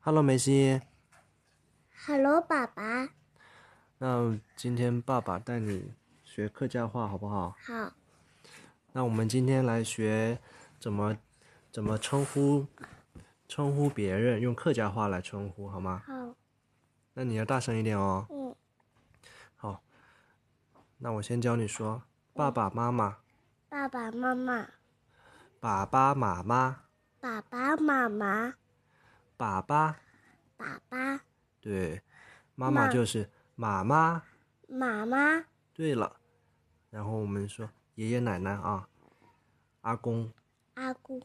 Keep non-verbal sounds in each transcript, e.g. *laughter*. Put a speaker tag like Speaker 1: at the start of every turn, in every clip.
Speaker 1: Hello，梅西。
Speaker 2: Hello，爸爸，
Speaker 1: 那今天爸爸带你学客家话，好不好？
Speaker 2: 好，
Speaker 1: 那我们今天来学怎么怎么称呼称呼别人，用客家话来称呼，好吗？
Speaker 2: 好，
Speaker 1: 那你要大声一点哦。
Speaker 2: 嗯，
Speaker 1: 好，那我先教你说：爸爸妈妈、
Speaker 2: 爸爸妈妈，
Speaker 1: 爸爸妈妈、
Speaker 2: 爸爸妈妈，
Speaker 1: 爸爸，
Speaker 2: 爸爸
Speaker 1: 对，妈妈
Speaker 2: 妈
Speaker 1: 就是妈妈。
Speaker 2: 妈妈，
Speaker 1: 对了，然后我们说爷爷奶奶啊，阿公、
Speaker 2: 阿公、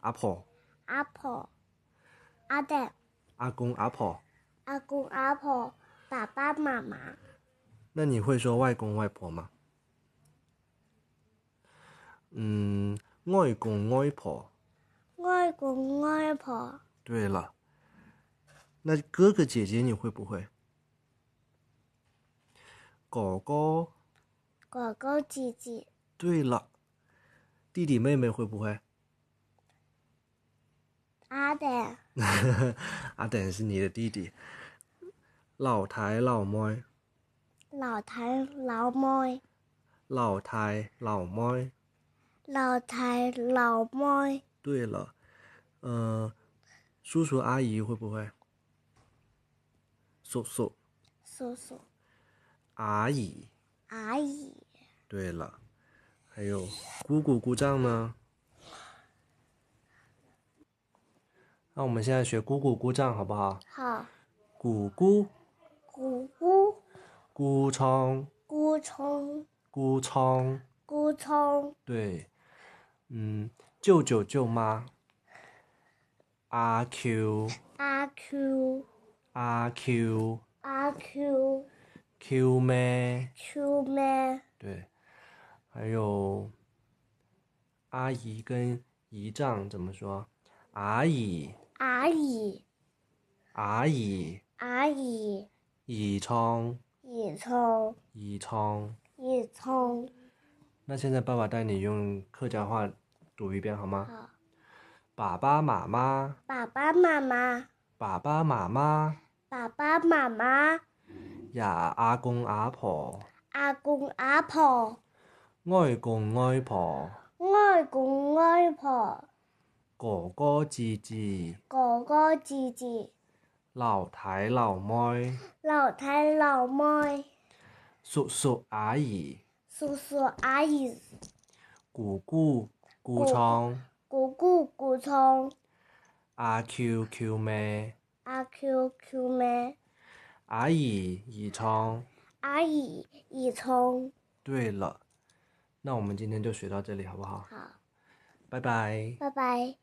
Speaker 1: 阿婆、
Speaker 2: 阿婆、阿蛋、
Speaker 1: 阿公、阿婆。
Speaker 2: 阿公、阿婆，爸爸妈妈，
Speaker 1: 那你会说外公外婆吗？嗯，外公外婆。
Speaker 2: 外公、外婆，
Speaker 1: 对了，那哥哥姐姐你会不会？狗狗。
Speaker 2: 哥哥、姐姐，
Speaker 1: 对了，弟弟妹妹会不会？ *laughs*
Speaker 2: 阿蛋、
Speaker 1: 阿啊等是你的弟弟。老太老妹，
Speaker 2: 老太、老妹、
Speaker 1: 老太老妹。
Speaker 2: 老太、老妹，
Speaker 1: 对了，呃，叔叔阿姨会不会？叔叔
Speaker 2: 叔叔、
Speaker 1: 阿姨。
Speaker 2: 阿姨、
Speaker 1: 对了，还有姑姑姑丈呢？那我们现在学姑姑姑丈好不好？
Speaker 2: 好，
Speaker 1: 姑姑、
Speaker 2: 姑姑、
Speaker 1: 姑丈、
Speaker 2: 姑冲、
Speaker 1: 姑丈，
Speaker 2: 姑冲、
Speaker 1: 对，嗯，舅舅舅妈，阿 Q
Speaker 2: 阿 Q、
Speaker 1: 阿 Q
Speaker 2: 阿 Q。
Speaker 1: Q 妹，
Speaker 2: Q 妹、
Speaker 1: 对，还有阿姨跟姨丈怎么说？阿姨，
Speaker 2: 阿姨、
Speaker 1: 阿姨。
Speaker 2: 阿姨、
Speaker 1: 乙冲，
Speaker 2: 乙葱、
Speaker 1: 乙冲。
Speaker 2: 乙葱、
Speaker 1: 那现在爸爸带你用客家话读一遍好吗？
Speaker 2: 好，
Speaker 1: 爸爸妈妈，
Speaker 2: 爸爸妈妈、
Speaker 1: 爸爸妈妈，
Speaker 2: 爸爸妈妈、
Speaker 1: 呀阿公阿婆，
Speaker 2: 阿公阿婆、
Speaker 1: 外公外婆，
Speaker 2: 外公外婆、
Speaker 1: 哥哥姐姐，
Speaker 2: 哥哥姐姐、
Speaker 1: 老太老妹，
Speaker 2: 老太老妹、
Speaker 1: 叔叔阿姨，
Speaker 2: 叔叔阿姨、
Speaker 1: 姑姑姑
Speaker 2: 姑
Speaker 1: 丈，
Speaker 2: 姑姑姑葱、
Speaker 1: 阿 Q Q 妹，
Speaker 2: 阿 Q Q 妹、
Speaker 1: 阿姨姨丈。
Speaker 2: 阿姨乙葱。
Speaker 1: 对了，那我们今天就学到这里好不好？
Speaker 2: 好，
Speaker 1: 拜拜。
Speaker 2: 拜拜。